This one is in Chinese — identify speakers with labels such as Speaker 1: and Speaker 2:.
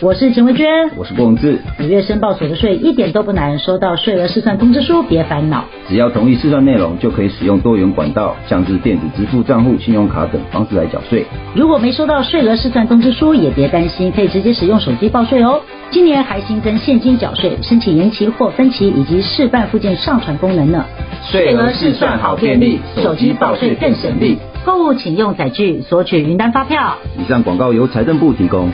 Speaker 1: 我是陈维娟。
Speaker 2: 我是孟志，
Speaker 1: 五月申报所得税一点都不难，收到税额试算通知书别烦恼。
Speaker 2: 只要同意试算内容，就可以使用多元管道，像是电子支付账户、信用卡等方式来缴税。
Speaker 1: 如果没收到税额试算通知书，也别担心，可以直接使用手机报税哦。今年还新增现金缴税、申请延期或分期以及事办附件上传功能呢。
Speaker 2: 税额试算好便利，手机报税更省力。
Speaker 1: 购物请用载具索取云端发票。
Speaker 2: 以上广告由财政部提供。